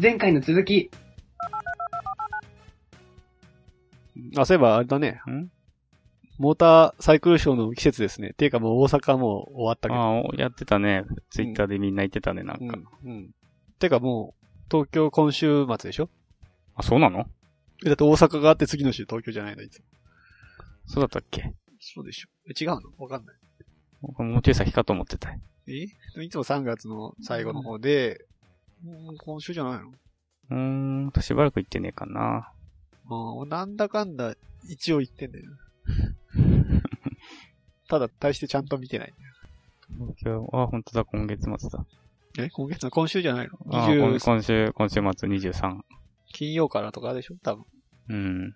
前回の続き。あ、そういえばあれだね。んモーターサイクルショーの季節ですね。ていうかもう大阪もう終わったけど。ああ、やってたね。ツイッターでみんな言ってたね、なんか。うん。うん。てかもう、東京今週末でしょあ、そうなのえだって大阪があって次の週東京じゃないのいつも。そうだったっけそうでしょ。え違うのわかんない。僕もうちょい先かと思ってた。えいつも3月の最後の方で、うん今週じゃないのうーん、しばらく行ってねえかな。ああ、なんだかんだ一応言ってんだ よ。ただ、大してちゃんと見てない。東京、あ、本当だ、今月末だ。え今月の今週じゃないのあー今 ?20、今週、今週末23。金曜からとかでしょ多分。うん。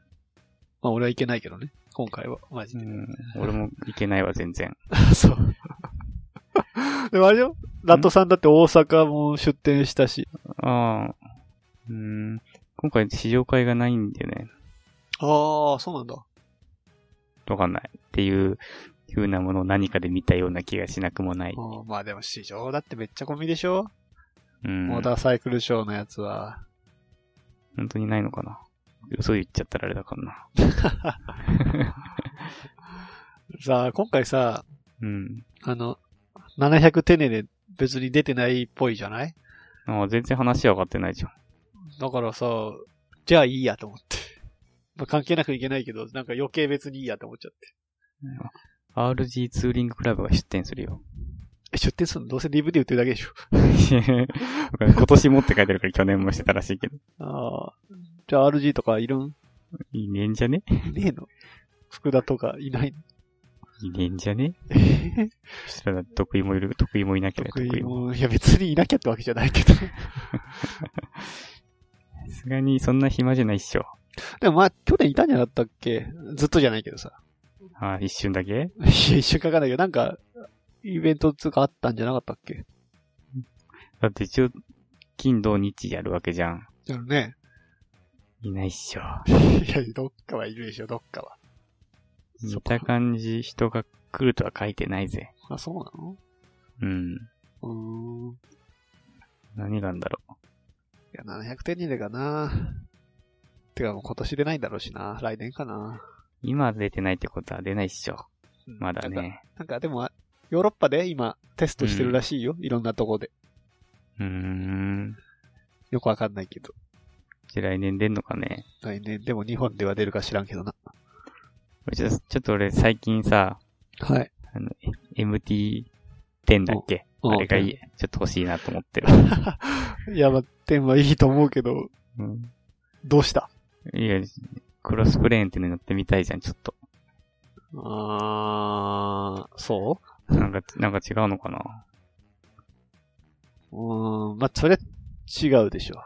まあ俺はいけないけどね。今回は。マジうで。ん、俺も行けないわ、全然。そう。 でもあれよラットさんだって大阪も出店したし。ああ、うーん。今回、試乗会がないんでね、ああ、そうなんだ。わかんない。っていう、風なものを何かで見たような気がしなくもない。うんまあでも市場だってめっちゃ混みでしょ、うん。モーターサイクルショーのやつは。本当にないのかな。嘘言っちゃったらあれだからな。さあ、今回さ、うん。あの、700テネで別に出てないっぽいじゃないああ、全然話は分かってないじゃん。だからさ、じゃあいいやと思って。 まあ関係なくいけないけど、なんか余計別にいいやと思っちゃって。 RG ツーリングクラブが出展するよ。え、出店するのどうせ DVD 売ってるだけでしょ。 今年もって書いてあるから去年もしてたらしいけど。ああ。じゃあ RG とかいるん いいねんじゃねいねえの福田とかいない いいねんじゃねのそしたら得意もいる、得意もいなきゃ得得意意も。も、いや別にいなきゃってわけじゃないけど。 さすがにそんな暇じゃないっしょ。でもまあ、去年いたんじゃなかったっけずっとじゃないけどさ。 ああ、一瞬だけいや、一瞬かかんないけど、なんか、イベントつうかあったんじゃなかったっけだって一応、金、土、日やるわけじゃん。だよね。 いないっしょ。いや、どっかはいるでしょ、どっかは。そ見っかた感じ、人が来るとは書いてないぜ。あ、そうなのうん。うーん。何があんだろいや、700点にでかな。てかもう今年出ないんだろうしな。来年かな。う。今出てないってことは出ないっしょ。まだなんか。ね。なんかでも、ヨーロッパで今テストしてるらしいよ。いろんなとこで。うーん。よくわかんないけど。じゃあ来年出んのかね。来年でも日本では出るか知らんけどな。ちょちょっと俺最近さ、はい。あの、MT10 だっけあれがいい。ちょっと欲しいなと思ってる。いや、まあ、点はいいと思うけど、うんどうしたいや、クロスプレーンっての乗ってみたいじゃん、ちょっと。あー、そうなんか、なんか違うのかな。うーん、まあ、それ、違うでしょ。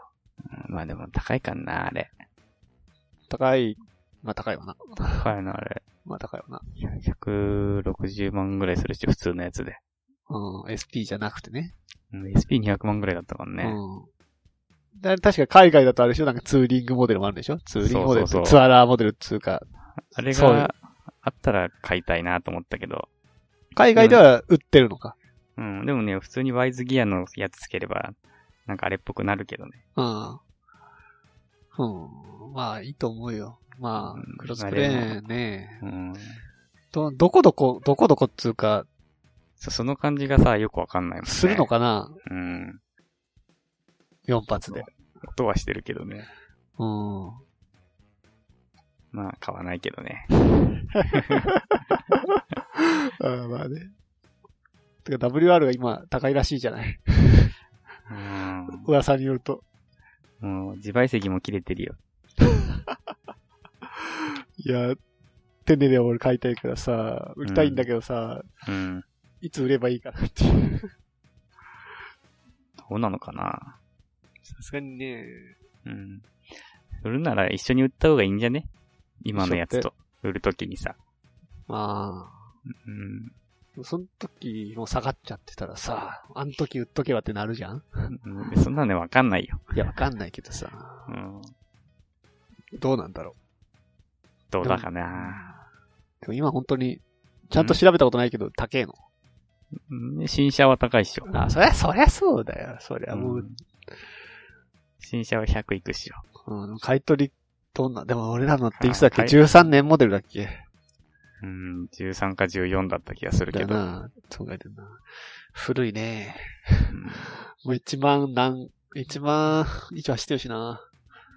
うんまあでも高いかな、あれ。高い、まあ、高いわな。高いな、あれ。まあ、高いわな。 160万ぐらいするし、普通のやつで。うん、SP じゃなくてね。うん SP200 万ぐらいだったからね。うん。だ確か海外だとあれでしょなんかツーリングモデルもあるでしょツーリングモデルってそうそうそうツアラーモデルっつうか。あれそうよがあったら買いたいなと思ったけど。海外では売ってるのか。うん、でもね、普通にワイズギアのやつつければ、なんかあれっぽくなるけどね。うん。うん。まあ、いいと思うよ。まうんあ、クロスプレーンね。うん。ど、どこどこ、どこどこっつうか、そその感じがさ、よくわかんないもんね。するのかなうん。 ?4 発で。音はしてるけどね。うん。まあ、買わないけどね。あーまあね。てか WR が今高いらしいじゃない。うん。噂によると。もう、自賠責も切れてるよ。いや、テネで俺買いたいからさ、売りたいんだけどさ、うん。いつ売ればいいかなっていう。どうなのかなさすがにね、うん。売るなら一緒に売った方がいいんじゃね今のやつと。売るときにさ。まあ、うん。その時もう下がっちゃってたらさ、あの時売っとけばってなるじゃんうんそんなのわかんないよ。いや、わかんないけどさ、うん。どうなんだろどうだかな。う。でも今本当に、ちゃんと調べたことないけど、高えの。うん新車は高いっしょ。あ、そりゃ、そりゃそうだよ。そりゃもう、うん新車は100いくっしょ。うん、買い取り、どんな、でも俺らのっていくつだっけ、はい ?13 年モデルだっけうん、13か14だった気がするけだど。な考えてるな。古いね。うんもう一万何、一万以上走ってるしな。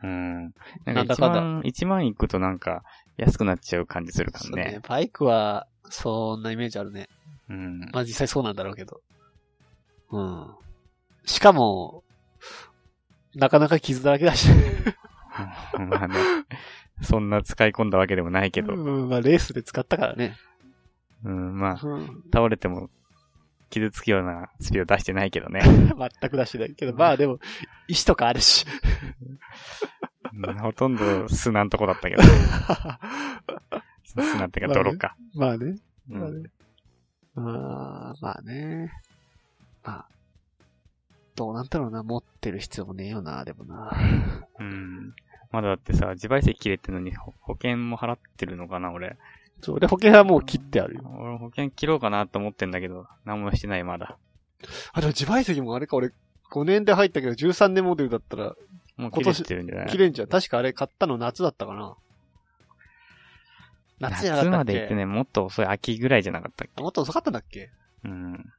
うん。ななんんだかか1んだ万、1万いくとなんか安くなっちゃう感じするからそうね。ね。バイクは、そんなイメージあるね。うん。まあ実際そうなんだろうけど。うん。しかも、なかなか傷だらけだし。 まあね。そんな使い込んだわけでもないけど。 うん、まあレースで使ったからね。うん、まあ、うん。倒れても傷つくようなスピード出してないけどね。全くだしだけど、まあでも、石とかあるし。 うんほとんど砂のとこだっ たけど。砂ってか泥か。まあね。うまあん。ね。あーまあね。まあ。どうなんだろうな、持ってる必要もねえよな、でもな。うん。まだだってさ、自賠責切れてるのに保保険も払ってるのかな、俺。 そう、で、保険はもう切ってあるよ。俺保険切ろうかなと思ってんだけど、何もしてない、まだ。あ、でも自賠責もあれか、俺、5年で入ったけど、13年モデルだったら、もう切れてるんじゃない切れんじゃん。確かあれ買ったの夏だったかな。夏じゃなか夏ったっまけで行ってね、もっと遅い秋ぐらいじゃなかったっけもっと遅かったんだっけうん。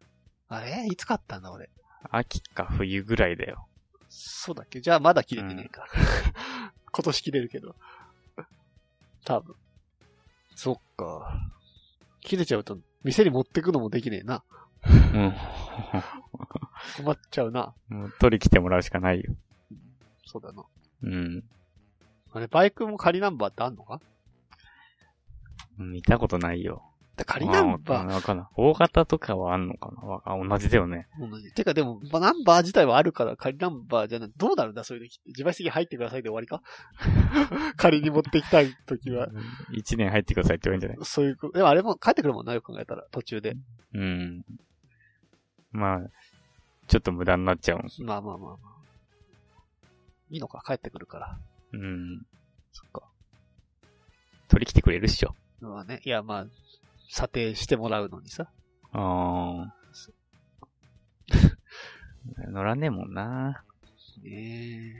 あれいつ買ったんだ、俺。秋か冬ぐらいだよ。そうだっけじゃあまだ切れてねえか。 今年切れるけど。多分。そっか。切れちゃうと、店に持ってくのもできねえな。うん。困っちゃうな。もう取り来てもらうしかないよ。そうだな。うん。あれ、バイクも仮ナンバーってあんのか見たことないよ。だ仮ナンあバわかんない。大型とかはあんのかなわあ同じだよね。ーも同じ。てかでも、まナンバー自体はあるから仮ナンバーじゃない。どうなるんだ、そういう時って。自賠責入ってくださいで終わりか 仮に持ってきたい時は。一年入ってくださいって言われるんじそういうこと。でもあれも帰ってくるもんな、よく考えたら。途中で。ゃないうん。まあ、ちょっと無駄になっちゃうもん。まあまあまあまあ。いいのか、帰ってくるから。うん。そっか。取り来てくれるっしょ。まあね。いや、まあ、査定してもらうのにさ。ああ。 乗らねえもんな。ねえ。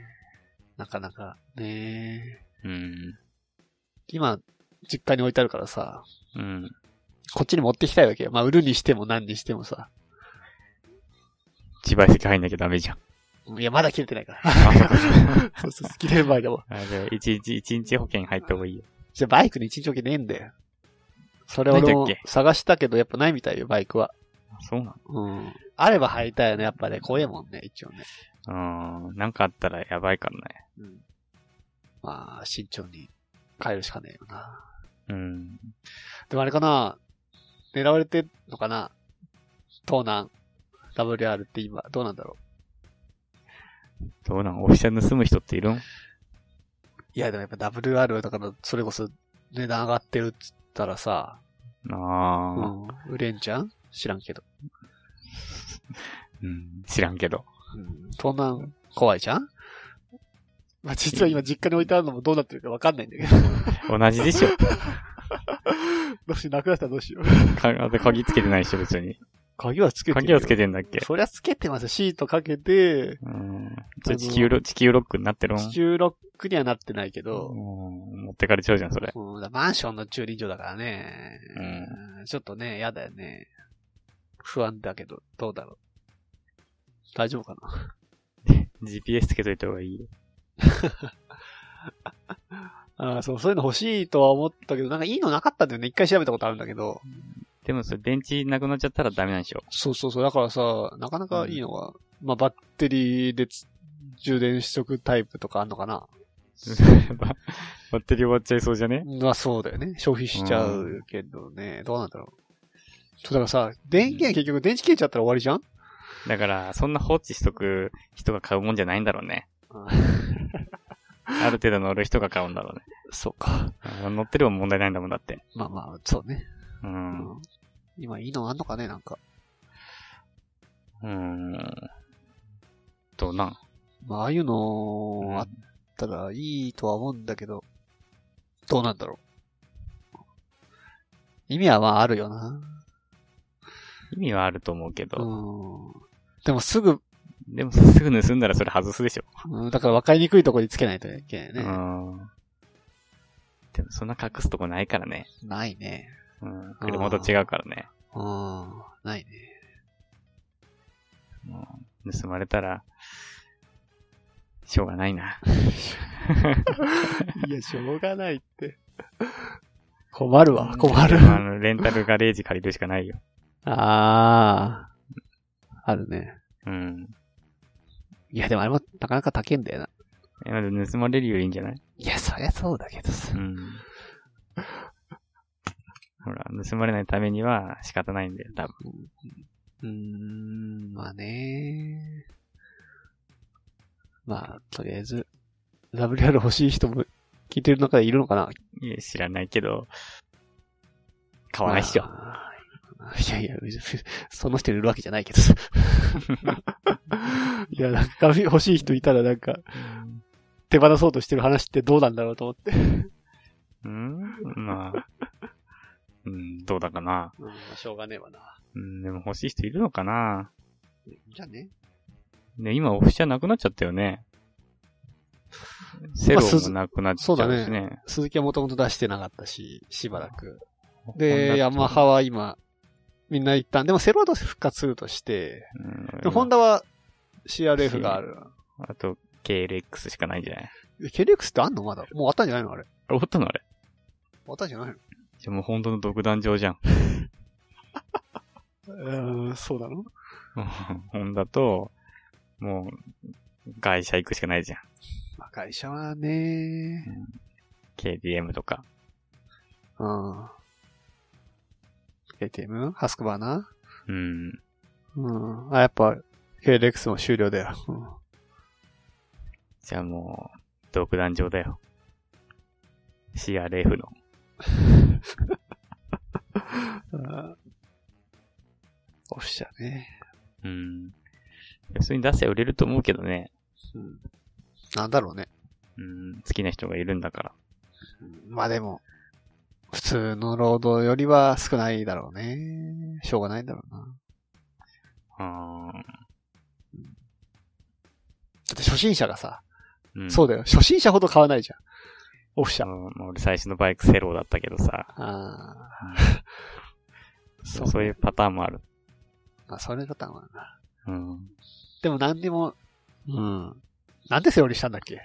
なかなか、ねえ。うん。今、実家に置いてあるからさ、うん。こっちに持ってきたいわけよ。まあ、売るにしても何にしてもさ。自賠責入んなきゃダメじゃん。いや、まだ切れてないから。 あそうかそうそう、切れる前だもん。 あじゃあ、一日、一日保険入った方がいいよ。じゃあ、バイクに一日置きねえんだよ。それないんだ俺っけも探したけど、やっぱないみたいよ、バイクは。そうなうん。あれば入りたいよね、やっぱね。怖えもんね、一応ね。のうん。なんかあったらやばいからね。うん。まあ、慎重に変えるしかねえよな。うん。でもあれかな狙われてんのかな東南。WR って今、どうなんだろどうなんオフィシャル盗む人っているんう。いや、でもやっぱ WR だから、それこそ値段上がってるっつったらさ、うああ、ん、売れんじゃん知らんけど。うん。知らんけど。うん、東南怖いじゃんまあ、実は今実家に置いてあるのもどうなってるかわかんないんだけど。 同じでしょ。どうしよう、なくなったらどうしよう。かあと鍵つけてない人別に。鍵はつけてる鍵よはつけてんだっけそりゃつけてますよ。シートかけて、うん。じゃあ地球ロ、地球ロックになってるん地球ロックにはなってないけうんど、持ってかれちゃうじゃん、それ。うん、だマンションの駐輪場だからね。うん。ちょっとね、やだよね。不安だけど、どうだろう。大丈夫かな GPS つけといた方がいいよ。あーそう、そういうの欲しいとは思ったけど、なんかいいのなかったんだよね。一回調べたことあるんだけど。でもそれ電池なくなっちゃったらダメなんでしょ。そうそうそう。だからさ、なかなかいいのが、まあ、バッテリーでつ充電しとくタイプとかあんのかな。 ババッテリー終わっちゃいそうじゃねまあそうだよね。消費しちゃうけどね。どうなんだろう。そう、だからさ、電源結局電池切れちゃったら終わりじゃんだから、そんな放置しとく人が買うもんじゃないんだろうね。ある程度乗る人が買うんだろうね。そうか。あ乗ってれば問題ないんだもんだって。まあまあ、そうね。う。うんん。今いいのあんのかねなんか。うん。どうなんまあ、ああいううんの、あったらいいとは思うんだけど、どうなんだろう。意味はまああるよな。意味はあると思うけうど。ん。でもすぐでもすぐ盗んだらそれ外すでしょ。うん、だから分かりにくいとこにつけないといけないうね。ん。でもそんな隠すとこないからね。ないね。うん。車と違うからね。うん、ないね。もう盗まれたら、しょうがないな。いや、しょうがないって。困るわ、困る。あの、レンタルガレージ借りるしかないよ。ああ。あるね。うん。いや、でもあれもなかなか高いんだよな。えまだ盗まれるよりいいんじゃないいや、そりゃそうだけどさう。ん。ほら、盗まれないためには仕方ないんだよ、多分。うーん、まあね。まあ、とりあえず、WR 欲しい人も聞いてる中でいるのかないや知らないけど、買わないっしょ。まあいやいや、別に その人いるわけじゃないけどさ。 いや、なんか欲しい人いたらなんか、手放そうとしてる話ってどうなんだろうと思って。うんまあ。うん、どうだかな。うん、しょうがねえわな。うん、でも欲しい人いるのかな。じゃあね。で、今オフィシャなくなっちゃったよね。セロもなくなっちゃうしね。まあそうだ鈴木はもともと出してなかったし、しばらく。ホンダで、ヤマハは今、みんな一旦、でもセロード復活するとして、でうん、ホンダは CRF がある。あと、KLX しかないんじゃないケレックスってあんのまだ。もうあったんじゃないのあれ。あれ、終わったのあれ。あったんじゃないのじゃあもう本当の独壇場じゃん。うーん、そうなのホンダと、もう、会社行くしかないじゃん。まあ会社はね、 KTM とか。うん。KTM? ハスクバーナうん。うん。あ、やっぱ、KLX も終了だよ。うんじゃあもう、独壇場だよ。CRF の。うんオフィシャね。うん。普通に出せば売れると思うけどね。うん。なんだろうね。うん。好きな人がいるんだから。まあでも、普通の労働よりは少ないだろうね。しょうがないんだろうな。だあって初心者がさ、ーうん。そうだだよ。初心者ほど買わないじゃん。オフィシャ。俺最初のバイクセローだったけどさ。ああ。。そうそういううパターンもある。まあ、それだったのかな。うん。でも何でも、うん。なんでセオリーしたんだっけ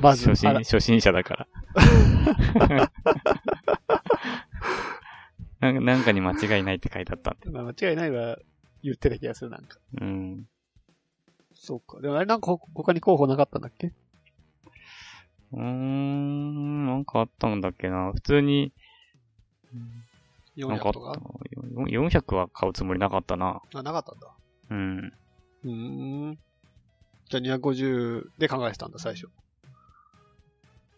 まず、初心あら初心者だから。 なんかなんかに間違いないって書いてあったんで。まあ間違いないは言ってた気がする、なんか。うん。そうか。でもあれなんかほ他に候補なかったんだっけうーん、なんかあったんだっけな。普通に、なんか ?400 あっとかたのよん400は買うつもりなかったな。あ、なかったんだ。うん。うーん。じゃあ250で考えてたんだ、最初。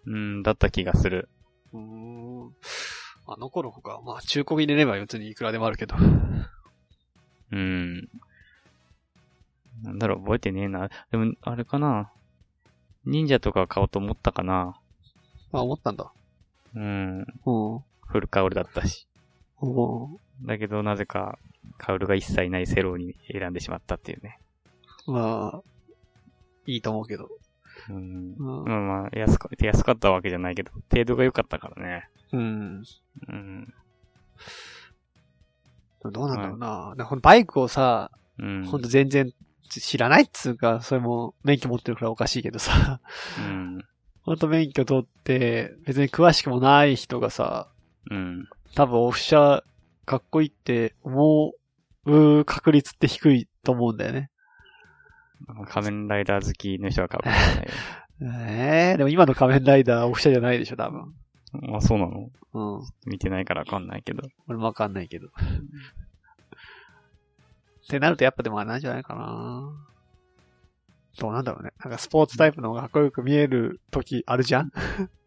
うん、だった気がする。うーん。あの頃か。まあ、中古に入れれば別にいくらでもあるけど。うん。なんだろう、覚えてねえな。でも、あれかな。忍者とか買おうと思ったかな。まあ、思ったんだ。うん。うん。フルカウルだったし。うん。だけど、なぜか、カウルが一切ないセローに選んでしまったっていうね。まあ、いいと思うけど。うん。うんまあまあ、安か、安かったわけじゃないけど、程度が良かったからね。うん。うん。どうなんだろうな。でこのバイクをさ、うん。ほんと全然知らないっつうか、それも免許持ってるからおかしいけどさ、 うん。ほんと免許取って、別に詳しくもない人がさ、うん。多分オフ車かっこいいって思う確率って低いと思うんだよね。仮面ライダー好きの人は買うかもしれないよ。ええでも今の仮面ライダーオフ車じゃないでしょ、多分。まあ、そうなのうん。見てないからわかんないけど。俺もわかんないけど。 ってなるとやっぱでもあれなんじゃないかなどうなんだろうね。なんかスポーツタイプの方がかっこよく見える時あるじゃん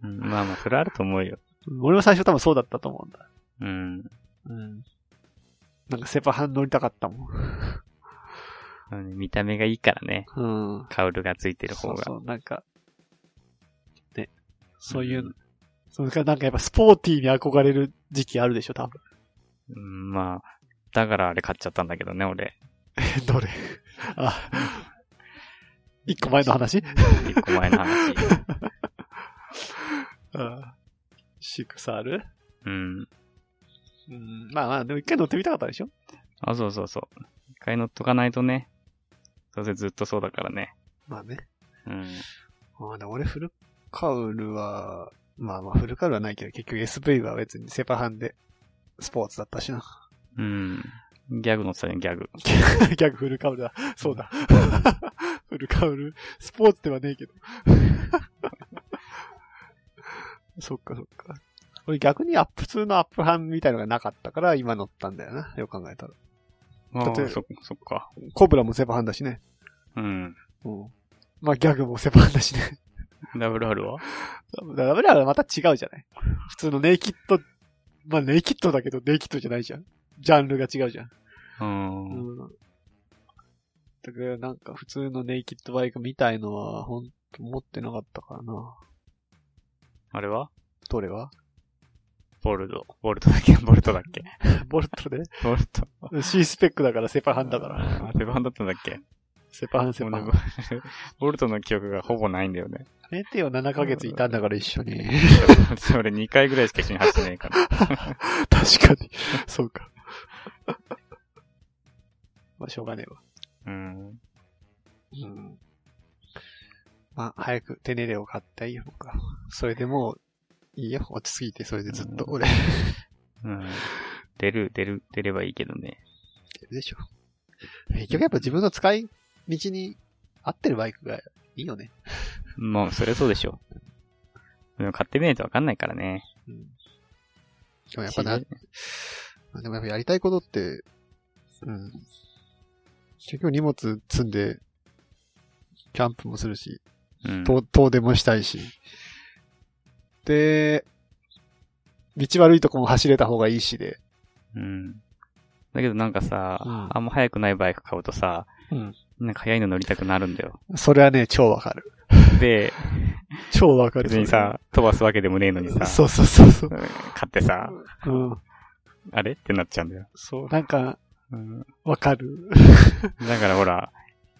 うん、まあまあ、それあると思うよ。俺も最初多分そうだったと思うんだ。うん。うん。なんかセパハン乗りたかったもあのね見た目がいいからね。ん。うん。カウルがついてるそ方うが。そう、なんか、ね、そういう、うんそれからなんかやっぱスポーティーに憧れる時期あるでしょ、多分。 うんまあ、だからあれ買っちゃったんだけどね、俺。どれ あ、一個前の話一個前の話。あシックス R? うん。うん、まあまあ、でも一回乗ってみたかったでしょあ、そうそうそう。一回乗っとかないとね。どうせずっとそうだからね。まあね。うん。まあでも俺フルカウルは、まあまあフルカウルはないけど、結局 SV は別にセパハンでスポーツだったしな。うん。ギャグ乗ってたね、ギャグ。 ギャグフルカウルだ。そうだ。 フルカウル、スポーツではねえけど。 そっかそっか。俺逆にアップ、普通のアップハンみたいのがなかったから今乗ったんだよな。よく考えたら。ああだってそ、そっか。コブラもセパハンだしね。うん。うん。まあギャグもセパハンだしね。 WR はダブルはまた違うじゃない普通のネイキッド、まあネイキッドだけどネイキッドじゃないじゃん。ジャンルが違うじゃん。うん。うん。だからなんか普通のネイキッドバイクみたいのは、ほんと持ってなかったからな。あれはどれはボルド。ボルトだっけボルトだっけ ボル トでボルト。 ?C スペックだからセパハンだから。あ、セパンだったんだっけセパハンセパもうハねン。ボルト の記憶がほぼないんだよね。やめてよ、7ヶ月いたんだから一緒に。私俺2回ぐらいしか一緒に走ってないか ら。確か に。そうか。まあしょうがねえわ。うん。うん。まあ、早くテネレを買ったよ、僕は。それでもう、いいよ、落ち着いて、それでずっと俺、うん。出る、出る、出ればいいけどね。てるでしょ。結局やっぱ自分の使い道に合ってるバイクがいいよね。まあ、そりゃそうでしょ。でも買ってみないとわかんないからね。うん。でもやっぱな、知りまあでもやっぱやりたいことって、うん。結局荷物積んで、キャンプもするし、うん。遠遠出もしたいし。で、道悪いとこも走れた方がいいしで、うん。だけどなんかさ、うんあんま速くないバイク買うとさ、うんなんか速いの乗りたくなるんだよ。それはね、超わかる。 で、超わかる。別にさ、飛ばすわけでもねえのにさ、そうそうそうそう。うん買ってさ、うん。あれってなっちゃうんだよ。そう。なんか、うん、わかる。だからほら、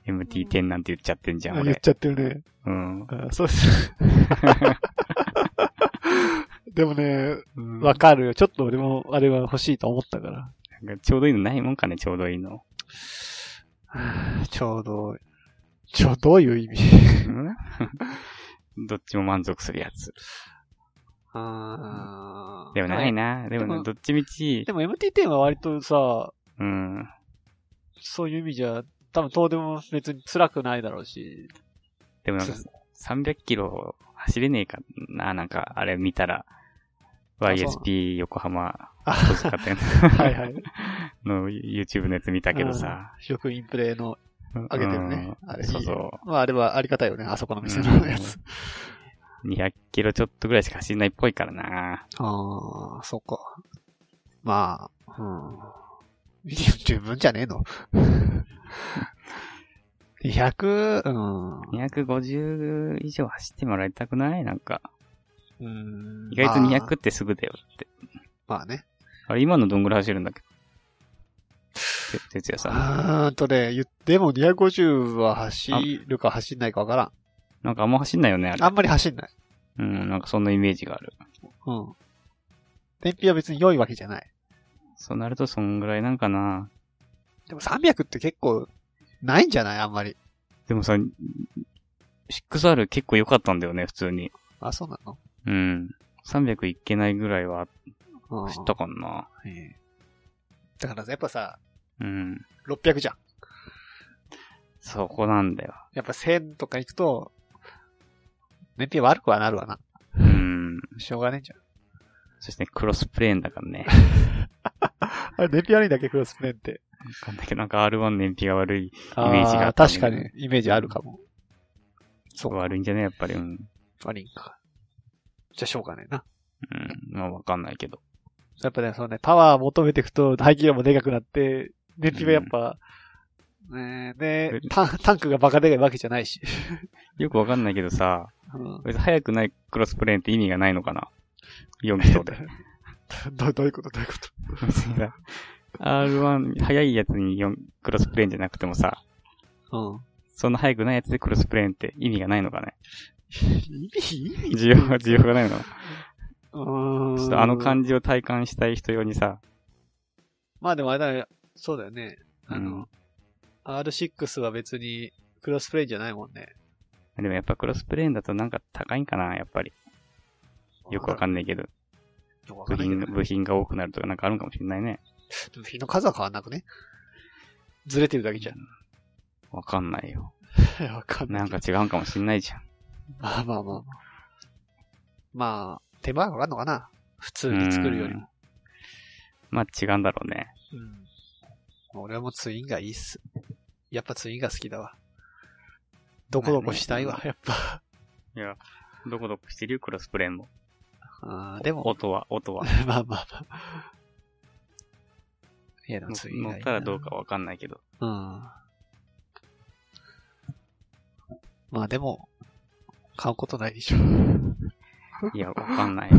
MT10 なんて言っちゃってんじゃん、言っ俺。ちゃってるね。うん。あそうです。 でもね、うんわかるよ。ちょっと俺も、あれは欲しいと思ったから。なんかちょうどいいのないもんかね、ちょうどいいの。ちょうど、ちょうどどういう意味うん どっちも満足するやつ。あでもない。な。でももね、どっちみちで、も MT10 は割とさ、うん。そういう意味じゃ、多分遠出も別に辛くないだろうし。でもなんか、300キロ走れねえかな、なんか、あれ見たら、あそう YSP 横浜あとかって はいはい。の YouTube のやつ見たけどさ。よくインプレのあ上げてるね。あれいいそうよそまああれはありがたいよね、あそこの店のやつ。う。200キロちょっとぐらいしか走んないっぽいからな。ああ、そっか。まあ、うん。いや十分じゃね えの。200、うん。 250以上走ってもらいたくないなんか。うん意外とまあ200ってすぐだよって。まあね。あれ、今のどんぐらい走るんだっけて哲也さん。あーんとね、言っても250は走るか走んないかわからん。なんかあんま走んないよね、あれ。あんまり走んない。うん、なんかそんなイメージがある。うん。燃費は別に良いわけじゃない。そうなるとそんぐらいなんかな。でも300って結構、ないんじゃないあんまり。でもさ、6R 結構良かったんだよね、普通に。あ、そうなのうん。300いけないぐらいはうん走ったかな。ええだからさやっぱさ、うん。 600じゃん。そこなんだよ。やっぱ1000とか行くと、燃費悪くはなるわな。うん。しょうがねえじゃん。そしてクロスプレーンだからね。あれ、燃費悪いんだっけ、クロスプレーンって。わかんないけど、なんか R1 燃費が悪い。あイメージがあったね確かに、イメージあるかも。そうか。悪いんじゃねやっぱり。うん。悪いんか。じゃあしょうがねえな。うん。まあわかんないけど。やっぱね、そのね、パワー求めていくと、排気量もでかくなって、燃費がやっぱ、ねえで、タンタンクがバカでかいわけじゃないし。よくわかんないけどさ、うん別に速くないクロスプレーンって意味がないのかな。4気筒 で。どどういうことどういうこと別にさ R1、速いやつに4クロスプレーンじゃなくてもさ、うん。そんな早くないやつでクロスプレーンって意味がないのかね。意味、意味需要、需要がないのかな。うーん。ちょっとあの感じを体感したい人用にさ、まあでもあれだね、そうだよね。あうのん、 R6 は別にクロスプレイじゃないもんね。でもやっぱクロスプレーンだとなんか高いんかな、やっぱり。よくわかんないけど。よくわか部んないけど品が、ね。部品が多くなるとかなんかあるんかもしれないね。部品の数は変わんなくね。ずれてるだけじゃ わかんないよ。ん。わかんない。なんか違うんかもしんないじゃん。まあまあまあまあ。まあ、手間がかかるのかな。普通に作るよりも。まあ違うんだろうね。うん。俺はもうツインがいいっす。やっぱツインが好きだわ。どこどこしたいわ、やっぱ。いや、どこどこしてるよ、クロスプレーンも。あーでも、音は、音は。 まあまあまあ。いや、でもツイン乗がっいいたな。らどうかわかんない けど。うん。まあでも、買うことないでしょ。いや、わかんない。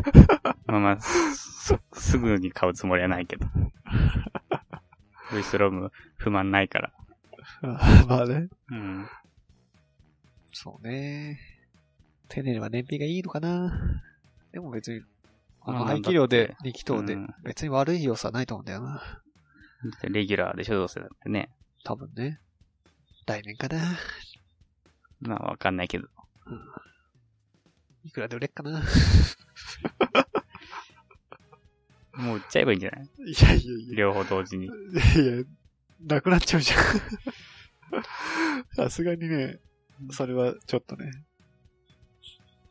まあまあ、す、すぐに買うつもりはないけど。V ストローム不満ないから。 まあね。うん。そうね。テネルは燃費がいいのかな。でも別に、あまのあ排気量で2気筒でうん、別に悪い要素はないと思うんだよな。だってレギュラーでしょ、どうせだってね。多分ね。来年かな。まあわかんないけど。いくらで売れっかな。いもう売っちゃえばいいんじゃないや いやい両方同時に。や。いや、なくなっちゃうじ ゃん。さすがにね、それはちょっとね。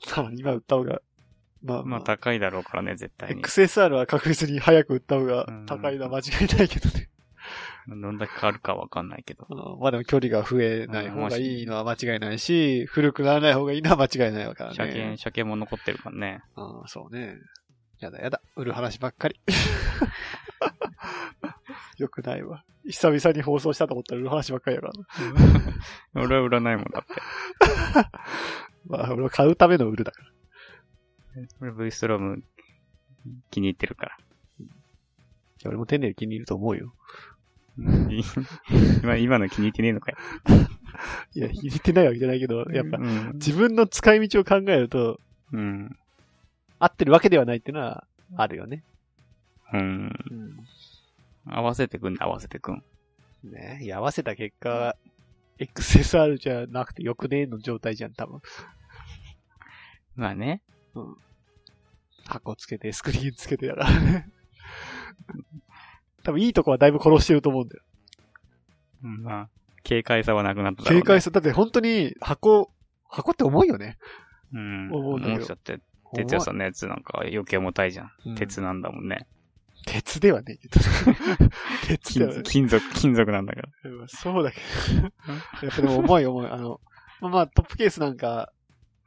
多分今売った方が、まあ、まあ高いだろうからね、絶対に。 XSR は確実に早く売った方が高いのは間違いないけど ね。どんだけ変わるかわかんないけど。うんまあでも距離が増えない方がいいのは間違いないし、古くならない方がいいのは間違いないわからね。車検、車検も残ってるからね。ああ、そうね。やだやだ。売る話ばっ かり。よくないわ。久々に放送したと思ったら売る話ばっかりやからな。俺は売らないもんだって。まあ、俺は買うための売るだから。俺 V ストローム気に入ってるから。いや俺も丁寧に気に入ると思うよ。 今今の気に入ってねえのかよ。いや、気に入ってないわけじゃないけど、やっぱ、うん。自分の使い道を考えると、うん。合ってるわけではないっていうのは、あるよね。うん。うん。合わせてくんだ、合わせてくん。ねいや合わせた結果、XSR じゃなくてよくねえの状態じゃん、多分。まあね。箱つけて、スクリーンつけてだからね。多分いいとこはだいぶ殺してると思うんだよ。うんまあ、軽快さはなくなっただろう、ね。警戒する。だって本当に箱、箱って重いよね。うん。思うんだけどもうちょっと、哲也さんのやつなんか余計重たいじゃん。うん鉄なんだもんね。鉄ではねえけ ど。鉄で金はね属、金属、金属なんだから。うんそうだけ ど。やっぱでも重い重い。あの、まあまあトップケースなんか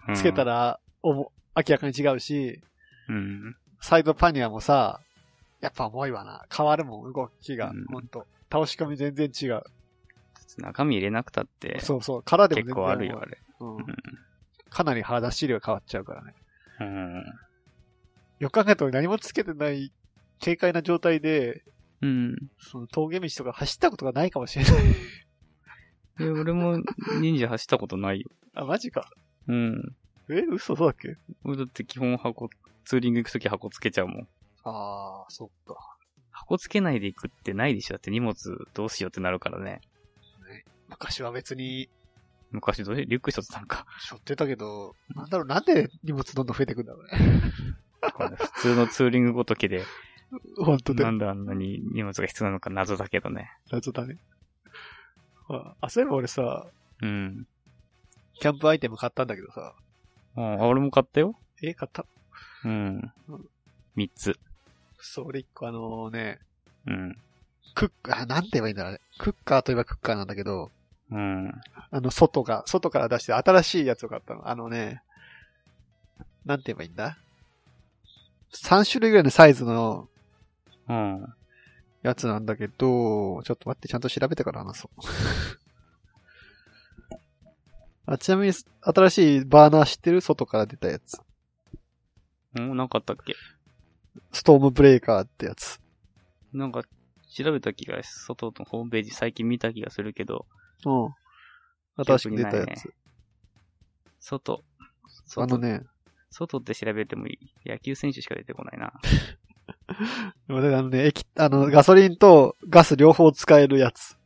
うんつけた。ら、おも明らかに違うし、うん。サイドパニアもさ、やっぱ重いわな。変わるもん、動きが。うんほんと。倒し込み全然違う。中身入れなくたって、そうそう。殻でも全然結構あるよ、あれ。重い。うんうんかなり肌質量変わっちゃうからね。うん。よく考えたら何もつけてない、軽快な状態で、うん。その峠道とか走ったことがないかもしれない。いや、俺も忍者走ったことないよ。あ、マジか。うん。え、嘘そうだっけ俺だって基本箱、ツーリング行くとき箱つけちゃうもん。あー、そっか。箱つけないで行くってないでしょだって荷物どうしようってなるからね。昔は別に、昔どうしリュック一つなんか、背負ってたけど、なんだろう、なんで荷物どんどん増えてくんだろうね。普通のツーリングごときで、本当なだんであんなに荷物が必要なのか謎だけどね。謎だね。あ、あそういえば俺さ、うん。キャンプアイテム買ったんだけどさ、あ、俺も買ったよ。え、買ったうん。三つ。そう、俺一個あのね、うん。クッカー、なんて言えばいいんだろうね。クッカーといえばクッカーなんだけど、うん。あの、外が、外から出して新しいやつを買ったの。あのね、なんて言えばいいんだ ?3 種類ぐらいのサイズのうん。やつなんだけど、ちょっと待って、ちゃんと調べてから話 そう。あちなみに、新しいバーナー知ってる外から出たやつ。うん、なんかあったっけストームブレーカーってやつ。なんか、調べた気が、外のホームページ最近見た気がするけど、うん。新しく出たやつ。外。外あのね、外って調べてもいい野球選手しか出てこないな。でもねあのね、液、あの、ガソリンとガス両方使えるやつ。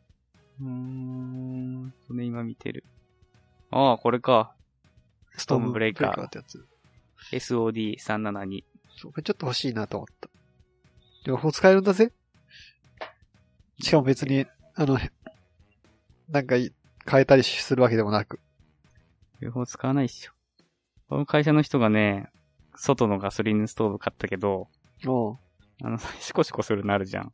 うーん。それ今見てる。ああ、これか。ストームブレイカートムってやつ。 SOD372。そうこれちょっと欲しいなと思った。両方使えるんだぜ。しかも別に、あの、なんかい変えたりするわけでもなく。両方使わないっしょ。この会社の人がね、外のガソリンストーブ買ったけど、おうあの、シコシコするなるじゃん。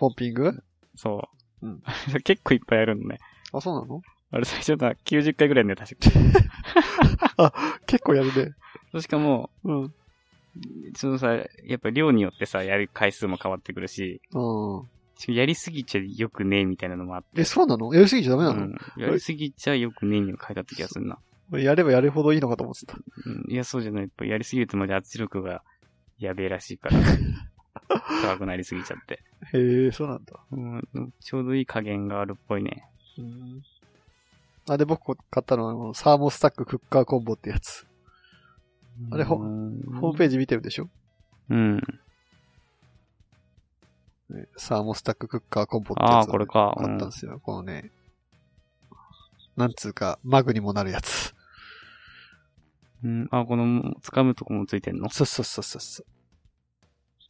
ポンピングそう。うん 結構いっぱいあるのね。あ、そうなのあれ最初だ、90回ぐらいね、 確か。結構やるね。しかも、うん。そのさ、やっぱ量によってさ、やる回数も変わってくるし、うん。やりすぎちゃよくねえみたいなのもあって。え、そうなのやりすぎちゃダメなうの、ん、やりすぎちゃよくねえにも書いてあった気がするな。俺やればやるほどいいのかと思ってた。うん、いや、そうじゃない。やっぱやりすぎるとまで圧力がやべえらしいから。 高くなりすぎちゃって、へえ、そうなんだ。うん。ちょうどいい加減があるっぽいね。うん。あ、で、僕買ったのはあの、サーモスタッククッカーコンボってやつ。あれほうんホームページ見てるでしょ、うん。ねサーモスタッククッカーコンボってやつ、ああ、これか。あうっんたんですよ。このね、なんつうか、マグにもなるやつ。うん。あ、この、掴むとこもついてんのそうそうそうそうそう。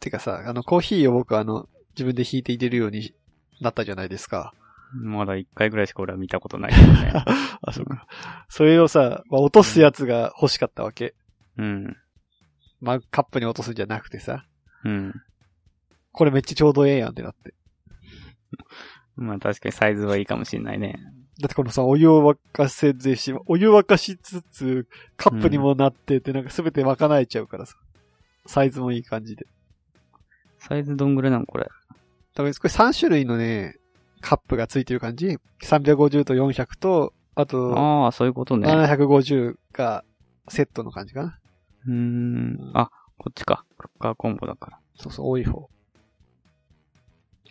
てかさ、あの、コーヒーを僕あの、自分で引いて入れるようになったじゃないですか。まだ一回ぐらいしか俺は見たことないけどね。 あ、そうか。それをさ、まあ落とすやつが欲しかったわけ。うん。まあ、カップに落とすんじゃなくてさ、うん。これめっちゃちょうどええやんってなって。まあ確かにサイズはいいかもしれないね。だってこのさ、お湯を沸かせずし、お湯沸かしつつ、カップにもなってって、なんかすべて賄えちゃうからさ。サイズもいい感じで。サイズどんぐらいなのこれ。多分これ3種類のね、カップがついてる感じ。350と400と、あと、ああ、そういうことね。 750がセットの感じかな。うーん。あ、こっちか。クッカーコンボだから。そうそう、多い方。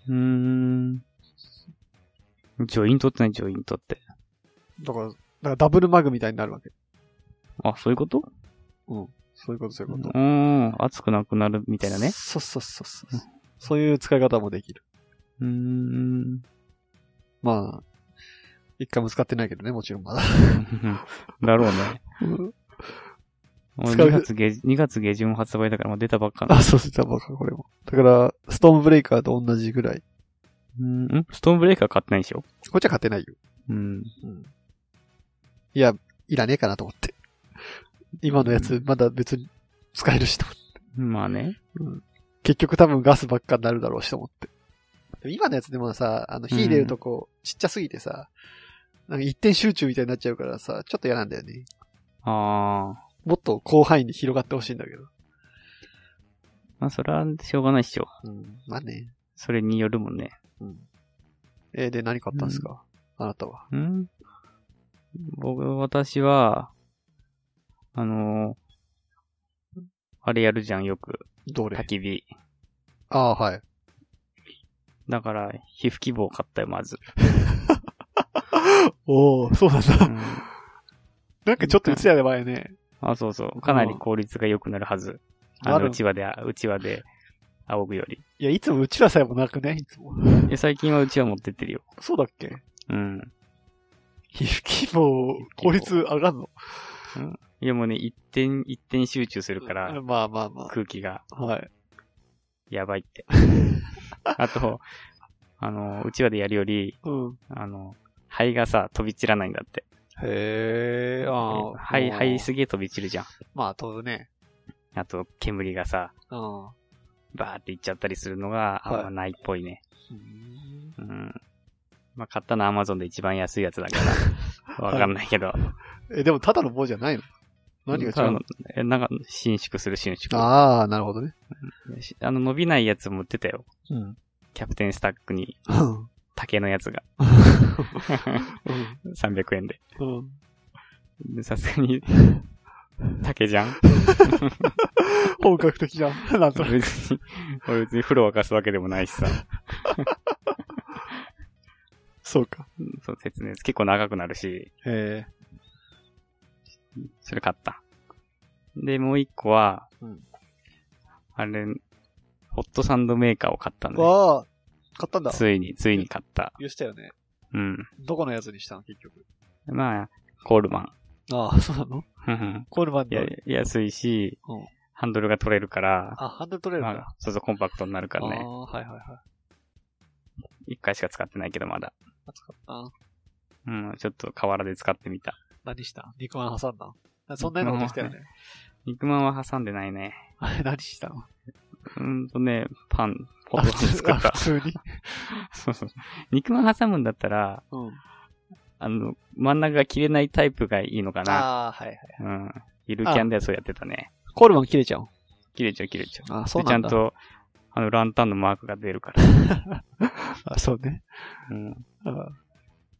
うーん。ジョイントってね、ジョイントって。だから、だからダブルマグみたいになるわけ。あ、そういうことそういうこと、そういううこと。ーん。熱くなくなるみみたいなね。そうそうそうそう。そういう使い方もできる。うーん。 まあ、一回も使ってないけどね、もちろんまだ。だろうね。もう使う2月下旬、2月下旬発売だから、もう出たばっかな。 あ、そうそう、バカ、これも。だから、ストームブレイカーと同じぐらい。うーん。んストーンブレイカー買ってないでしょこっちは勝てないよ。うん。うん。いや、いらねえかなと思って。今のやつ、まだ別に使えるしと思って。まあね。結局多分ガスばっかになるだろうしと思って。でも今のやつでもさ、あの、火入れるとこう、ちっちゃすぎてさ、なんか一点集中みたいになっちゃうからさ、ちょっと嫌なんだよね。ああ。もっと広範囲に広がってほしいんだけど。まあ、それはしょうがないっしょ。うん。まあね。それによるもんね。うん。えーで、何買ったんですか、あなたは。ん僕、私は、あのーあれやるじゃん、よく。どれ焚き火。ああ、はい。だから、皮膚希望買ったよ、まず。 おおそうなんうだ。ん、 なんかちょっと言ってたよね、前ね。あ、そうそう。かなり効率が良くなるはず。あなるの、うちわで、うちわで、仰ぐより。いや、いつもうちらさえもなくね、いつも。いや最近はうちわ持ってってるよ。そうだっけうん。皮膚希望、効率上がんのいや、もうね、一点、一点集中するから、まあまあま空気があ。はい。やばいって。 あと、あの、うちわでやるより、うん。あの、灰がさ、飛び散らないんだって。へえ、ああ。灰、灰すげえ飛び散るじゃん。まあ、飛ぶね。あと、煙がさ、うん。バーっていっちゃったりするのが、あんまないっぽいね。うん。まあ、買ったのは Amazon で一番安いやつだ から、わかんないけど。え、でもただの棒じゃないの何が違うのえ、なんか、伸縮する伸縮。ああ、なるほどね。しあの、伸びないやつも売ってたよ。うん。キャプテンスタックに、うん。竹の やつが。300円で。うん。でさすが に、竹じゃん本格的じゃん。 なんとなく。別に、俺別に風呂沸かすわけでもないしさ。そうか。そう、説明。結構長くなるし、へえ。それ買った。で、もう一個は、うんあれ、ホットサンドメーカーを買ったんで、わあ、買ったんだ。ついに、ついに買った。言したよね。うん。どこのやつにしたの、結局。まあ、コールマンああ、そうなのふんふん。コールマンいのや、、安いしうん、ハンドルが取れるから、あ、ハンドル取れるまんだ。あ、そうそう、コンパクトになるからあね。あ、はいはいはい。一回しか使ってないけど、まだ。暑かったな。うん、ちょっと河原で使ってみた。何した肉まん挟んだのそんなようなことしたよね。肉まんは挟んでないね。あれ、 何したのうーんとね、パン、ホットパン作っあた。普通に。そうそう。肉まん挟むんだったら、うん。あの、真ん中が切れないタイプがいいのかな。ああ、はいはい。うん。ゆるキャンではそうやってたね。コールマン切れちゃう切れちゃう切れちゃう。あでちゃん。と、あの、ランタンのマークが出るから。あそうね。うん。あー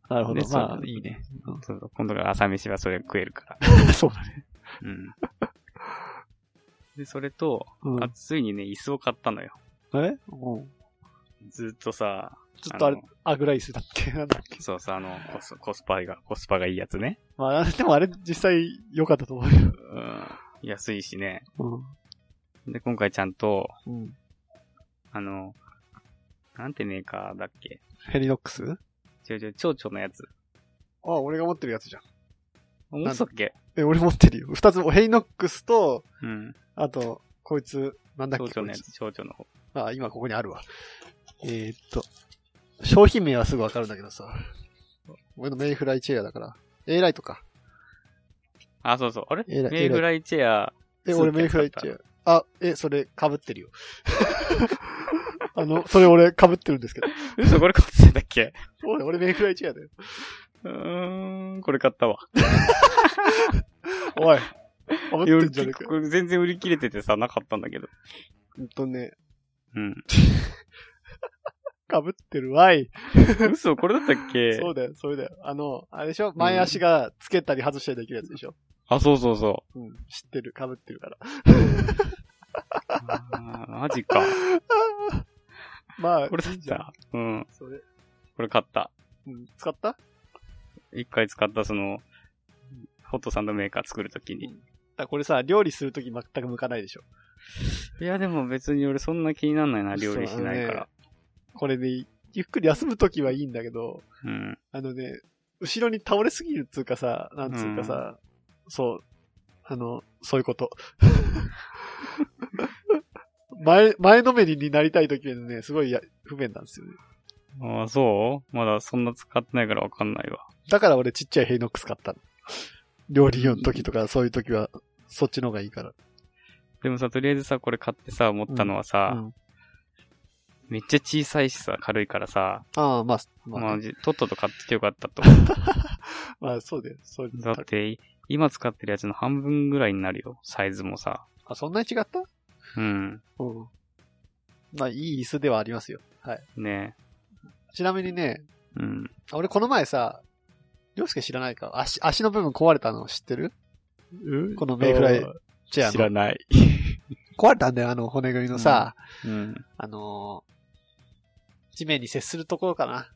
なるほでど。そうまあ、いいね。うんそうそう。今度から朝飯はそれ食えるから。そうだね。 うん。で、それと、うんあ、ついにね、椅子を買ったのよ。えうん。ずっとさ、ちょっとあれの、アグライスだっけなんだっけそうさ、あの、コスコスパが、コスパがいいやつね。まあ、でもあれ実際良かったと思うよ。うん。安いしね。うん。で、今回ちゃんと、うん。あの、なんてメーカーだっけヘリノックス違う違う、蝶々のやつ。あ、俺が持ってるやつじゃん。思ったっけえ、俺持ってるよ。二つも、ヘリノックスと、うん。あと、こいつ、なんだっ蝶けこ々のいやつつ、蝶々の方。あ、今ここにあるわ。えー、っと、商品名はすぐわかるんだけどさ。俺のメイフライチェアだから。A ライトか。あ、そうそう。あれえらいメイフライチェア、え、そう俺メイフライチェア。あ、え、それ被ってるよ。 あの、それ俺被ってるんですけど。嘘、これ買ってたっけ俺俺メイフライチェアだよ。うーん、これ買ったわ。おい。被っいやて俺んじゃねえ結か構。これ全然売り切れててさ、なかったんだけど。ほんとね、 うん。被ってるわい。嘘、これだったっけそうだよ、それだよ。あの、あれでしょ前足がつけたり外したりできるやつでしょあ、そうそうそうん、知ってる、被ってるから。 う。あーマジか。まあ、これだいいっんじゃん。た。うん。それ、これ買った。うん、使った一回使ったその、ホットサンドメーカー作るときに。だこれさ、料理するとき全く向かないでしょ。いや、でも別に俺そんな気になんないな、料理しないから。これね、ゆっくり休むときはいいんだけど、うん。あのね、後ろに倒れすぎるっつうかさ、なんつうかさ、そう、あの、そういうこと。 前、前のめりになりたいときはね、すごいや不便なんですよね。ああ、そうまだそんな使ってないからわかんないわ。だから俺ちっちゃいヘイノックス買ったの。料理用のときとかそういうときは、そっちの方がいいから。でもさ、とりあえずさ、これ買ってさ、思ったのはさ、うんめっちゃ小さいしさ、軽いからさ、ああ、まあ、まあまあ、ね、じとっとと買ってきてよかったと 思う。まあ、そうだよ。そうだって、い今使ってるやつの半分ぐらいになるよ、サイズもさ。あ、そんなに違ったうん。うん。まあ、いい椅子ではありますよ。はい。ねちなみにね、え。うん。俺この前さ、りょうすけ知らないか足、足の部分壊れたの知ってるこのメイフライチェアの。知らない。壊れたんだよ、あの骨組みのさ、うん。あのー地面に接するところかな。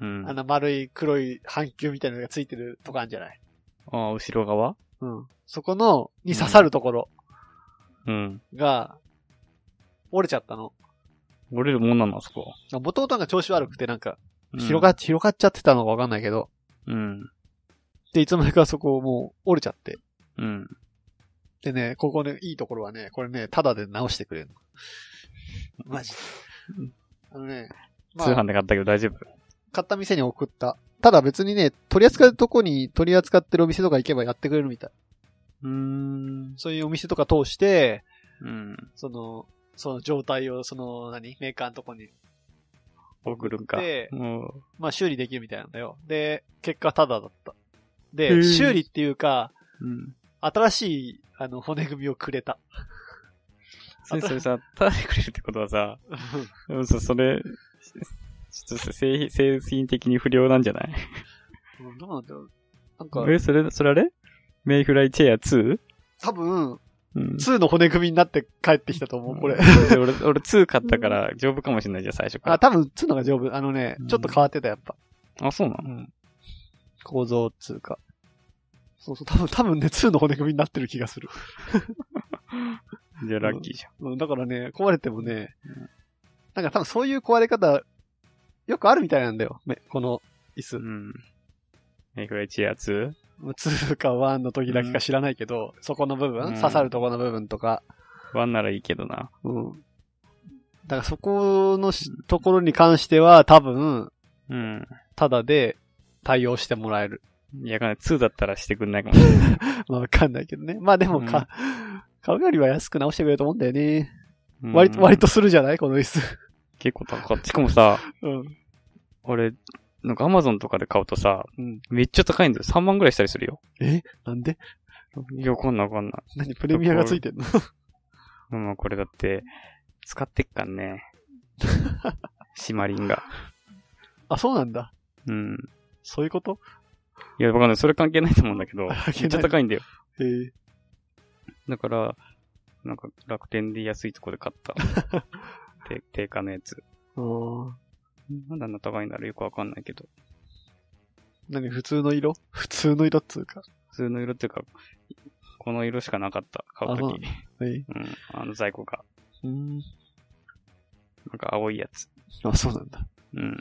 うん。ああの丸い黒い半球みたいなのがついてるとこあるんじゃないあ、後ろ側うん。そこの、に刺さるところうん。が、折れちゃったの。折れるもんなんだ、そこ。もともとが調子悪くてなんか、うん広がっ、広がっちゃってたのかわかんないけど、うん。で、いつの間にかそこもう折れちゃって。うん。でね、ここね、いいところはね、これね、タダで直してくれるの。マジでうん。あのね、ま通あ、販で買ったけど大丈夫。買った店に送った。ただ別にね、取り扱うとこに取り扱ってるお店とか行けばやってくれるみたい。うーん。そういうお店とか通して、うん。その、その状態を、その、何メーカーのとこに、送るんか。でうん。まあ修理できるみたいなんだよ。で、結果タダだった。でへ、ー修理っていうか、うん。新しい、あの、骨組みをくれた。それそれさ、食べてくれるってことはさ、うんそそれ、ちょっと製品、製品的に不良なんじゃないうんどうなんだろう。なんか、え、それ、それあれメイフライチェア 2? 多分、うん。 2の骨組みになって帰ってきたと思う、これ。で俺、俺2買ったから丈夫かもしれないじゃん、最初かあ、ら。多分、つのが丈夫。あのねうん、ちょっと変わってた、やっぱ。あ、そうなの構造通貨。そうそう、多分、多分ね、2の骨組みになってる気がする。じゃあラッキーじゃん。うんだからね、壊れてもね、なんか多分そういう壊れ方、よくあるみたいなんだよ。ねこの椅子。うん。FHR2? 2か1の時だけか知らないけど、そこの部分、うん刺さるとこの部分とか、 1ならいいけどな。うん。だからそこのしところに関しては多分、うん。ただで対応してもらえる。 いや、2だったらしてくんないかもしれない。まあわかんないけどね。まあでもか、買うよりは安く直してくれると思うんだよね。うん割と、割。とするじゃないこの椅子。 結構高かった。しかもさ、うん。俺、なんか Amazon とかで買うとさ、うん。めっちゃ高いんだよ。3万ぐらいしたりするよ。えなんでいや、わかんないわかんない。何プレミアがついてんのうんまあこれだって、使ってっか んね。シマリンが。あ、そうなんだ。うん。そういうこといや、わかんない。それ関係ないと思うんだけど、め関係ないっちゃ高いんだよ。へえ。だから、なんか楽天で安いとこで 買った。て定価のやつ。あーなんであんな高いんだろうよくわかんないけど。何普通の色普通の色っつうか。普通の色っていうか、この色しかなかった。買うあとそうき。はい。うん。あの在庫が。うん。なんか青いやつ。あ、そうなんだ。うん。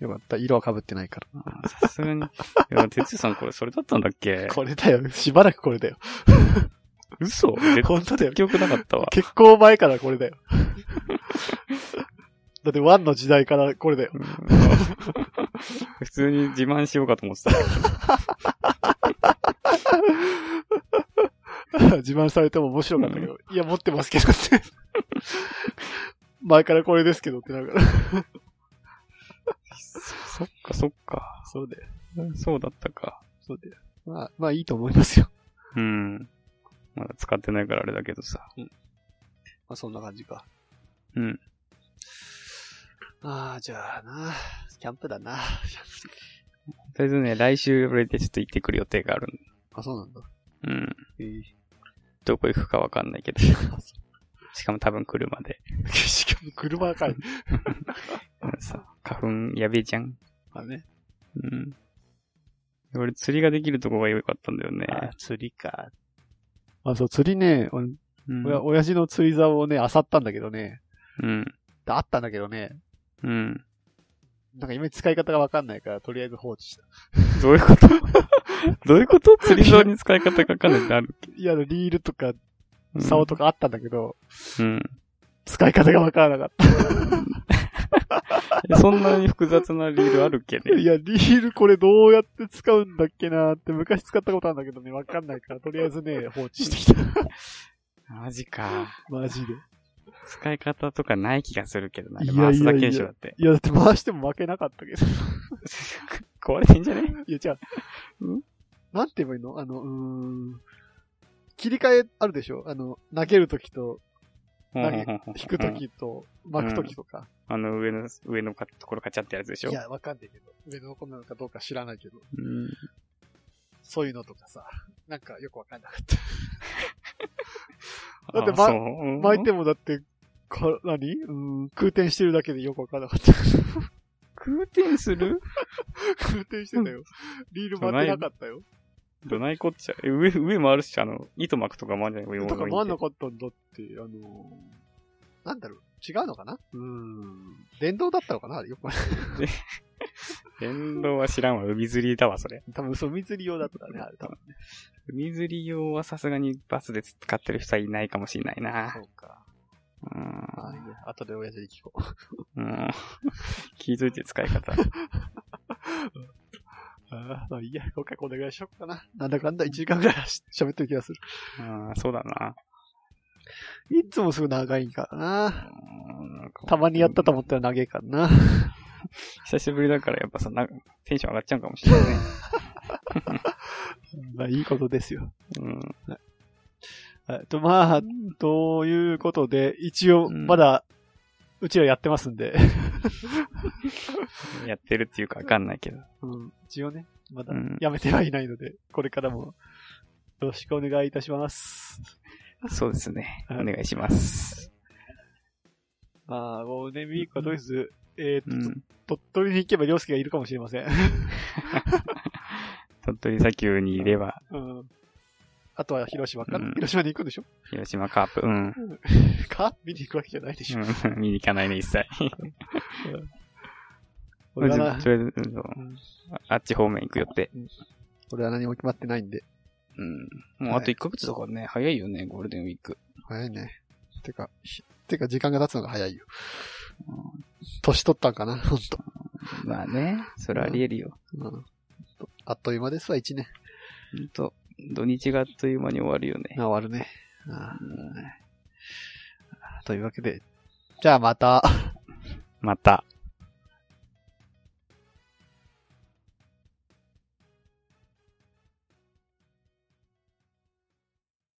よかった。色は被ってないから。あーさすがに。いや、哲也さんこれ、それだったんだっけこれだよ。しばらくこれだよ。嘘絶対本当だよ。記憶なかったわ。結構前からこれだよ。 だってワンの時代からこれだよ。 うん普通に自慢しようかと思ってた。自慢されても面白かったけど。いや、持ってますけどって。 前からこれですけどってなるから。 そっかそっか。そうだよ。そうだったか。そうだよ。まあ、まあいいと思いますよ。うん。まだ使ってないからあれだけどさ。まあそんな感じか。うん。ああ、じゃあな。キャンプだな。 とりあえずね、来週俺でちょっと行ってくる予定があるあ、そうなんだ。んうん。ええどこ行くかわかんない けど。しかも多分車で。 しかも車かい。うんさ、花粉やべえじゃん。 まあね。うん。俺釣りができるとこが良かったんだよね。あ、釣りか。あ、そう、釣りね、俺、うん。おや親父の釣り竿をね、漁ったんだけどね。うん。であったんだけどね。うん。なんか今使い方がわかんないから、とりあえず放置した。どういう ことどういうこと釣り竿に使い方がわかんないってある。いや、リールとか、うん竿とかあったんだけど、うん。使い方がわからなかっ そんなに複雑なリールあるっけた。ね。いや、リールこれどうやって使うんだっけなーって、昔使ったことあるんだけどね、わかんないから、とりあえずね、放置 してきた。マジか。マジで。使い方とかない気がするけどな。いやいやいや回すだけでしょ、だって。いや、だって回しても負けなかったけど。 壊れてんじゃねいや、じゃあ、んなんて言えばいいのあの、うーん。切り替えあるでしょあの、投げるときと、 投げ 引くとうん。きと、巻くときとか。あの、上の、上のかところカチャってやつでしょいや、わかんないけど。上の子なのかどうか知らないけど。うん。そういうのとかさ。 なんかよくわかんなかった。だってあまそううん巻いてもだって、か、何うーん、空転してるだけでよくわかんなかった。 空転する空転してたよ。リール巻いてなかったよ。どないこっちゃ。え上、上回るっしょ、あの、糸巻くとか回るんじゃないとか回んなくかったんだって、あのーなんだろう、違うのかなうーん。電動だったのかなあれよくわかんない電動は知らんわ。海釣りだわ、それ。 多分、そう、水利用だったね、あれ多分。海釣り用はさすがにバスで使ってる人はいないかもしれないなそ。うか。うん。ああ、いいや。後で親父に聞こう。うん。 気づいて使い方。ああ、いいや。今回こんなぐらいしようかな。なんだかんだ1時間ぐらいし喋ってる気がする。うん、そうだな。いつもすぐ長いからな。うんなんかたまにやったと思ったら長いからな。久しぶりだからやっぱさ、なんかテンション上がっちゃうかもしれないね。 まあ、いいことですよ。うん。えっと、まあ、ということで、一応、うんまだ、うちらやってますんで。やってるっていうかわかんないけど。うん、一応ね、まだうん。やめてはいないので、これからも、よろしくお願いいたします。そうですね。はおい願いします。まあ、ゴールデンウィークはとりあえず、えーうっと、ん。鳥取に行けば涼介がいるかもしれません。鳥取砂丘にいれば、うん。あとは広島か、うん広島に行くんでしょ広島カープ、うん。か見に行くわけじゃないでしょ。うん見に行かないね、一切。俺は うんなと、りあえずうんんあっち方面行く予定。俺は何も決まってないんで。うん。もうあと1ヶ月だからね、早いよね、ゴールデンウィーク。早いね。てか、ひてか時間が経つのが早いよ。年取ったんかな、ほんと。まあね、それあり得るよ。うんあっという間ですわ、一年。ほんと、土日があっという間に終わるよね。あ終わるね。あうんあというわけで、じゃあまた。また。